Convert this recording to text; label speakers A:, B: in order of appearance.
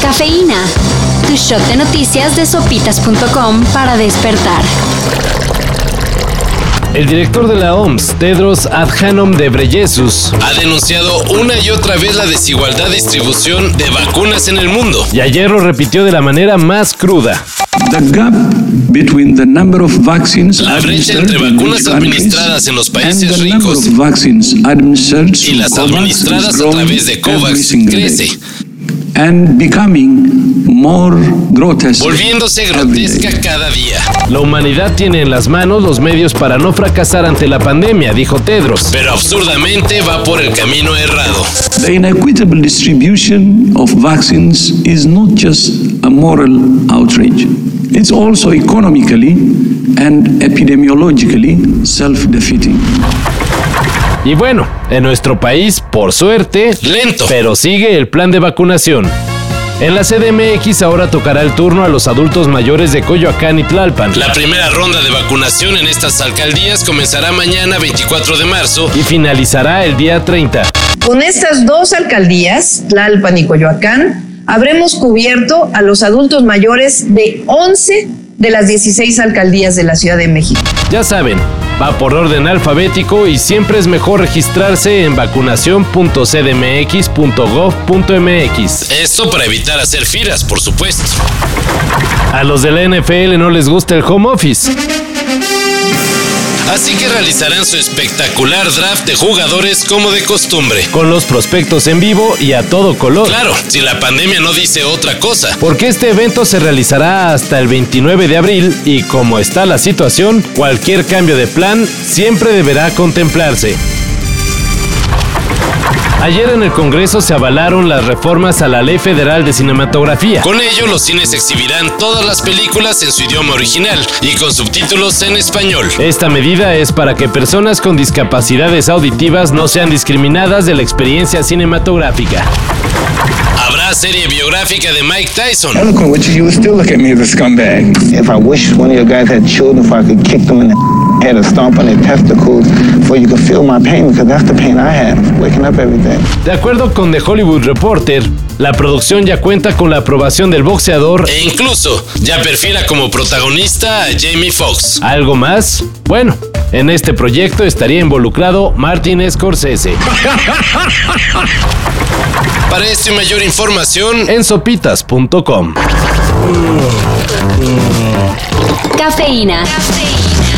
A: Cafeína. Tu shot de noticias de sopitas.com para despertar.
B: El director de la OMS, Tedros Adhanom Ghebreyesus, ha denunciado una y otra vez la desigualdad distribución de vacunas en el mundo. Y ayer lo repitió de la manera más cruda.
C: The gap between the number of vaccines
B: La brecha
C: administered
B: entre
C: in
B: vacunas
C: rich countries
B: administradas en los países
C: and the number
B: ricos
C: of vaccines administered
B: y las
C: through COVAX
B: administradas
C: is
B: a
C: growing
B: través de COVAX
C: every single day
B: crece.
C: and becoming more grotesque.
B: volviéndose grotesca cada día. La humanidad tiene en las manos los medios para no fracasar ante la pandemia, dijo Tedros. Pero absurdamente va por el camino errado.
C: The inequitable distribution of vaccines is not just a moral outrage. It's also economically and epidemiologically self-defeating.
B: Y bueno, en nuestro país, por suerte, lento, pero sigue el plan de vacunación. En la CDMX ahora tocará el turno a los adultos mayores de Coyoacán y Tlalpan. La primera ronda de vacunación en estas alcaldías comenzará mañana 24 de marzo y finalizará el día 30.
D: Con estas dos alcaldías, Tlalpan y Coyoacán, habremos cubierto a los adultos mayores de 11 de las 16 alcaldías de la Ciudad de México.
B: Ya saben, va por orden alfabético y siempre es mejor registrarse en vacunación.cdmx.gov.mx. Esto para evitar hacer filas, por supuesto. A los de la NFL no les gusta el home office. Así que realizarán su espectacular draft de jugadores como de costumbre. Con los prospectos en vivo y a todo color. Claro, si la pandemia no dice otra cosa. Porque este evento se realizará hasta el 29 de abril y como está la situación, cualquier cambio de plan siempre deberá contemplarse. Ayer en el Congreso se avalaron las reformas a la Ley Federal de Cinematografía. Con ello, los cines exhibirán todas las películas en su idioma original y con subtítulos en español. Esta medida es para que personas con discapacidades auditivas no sean discriminadas de la experiencia cinematográfica. Habrá serie biográfica de Mike Tyson.
E: I look at what you, you still look at me as a scumbag.
F: If I wish one of your guys had children, if I could kick them in the head or stomp on their testicles, for you could feel my pain because that's the pain I had, waking up every day.
B: De acuerdo con The Hollywood Reporter, la producción ya cuenta con la aprobación del boxeador e incluso ya perfila como protagonista a Jamie Foxx. ¿Algo más? Bueno, en este proyecto estaría involucrado Martin Scorsese. Para esto y mayor información en sopitas.com.
A: Cafeína.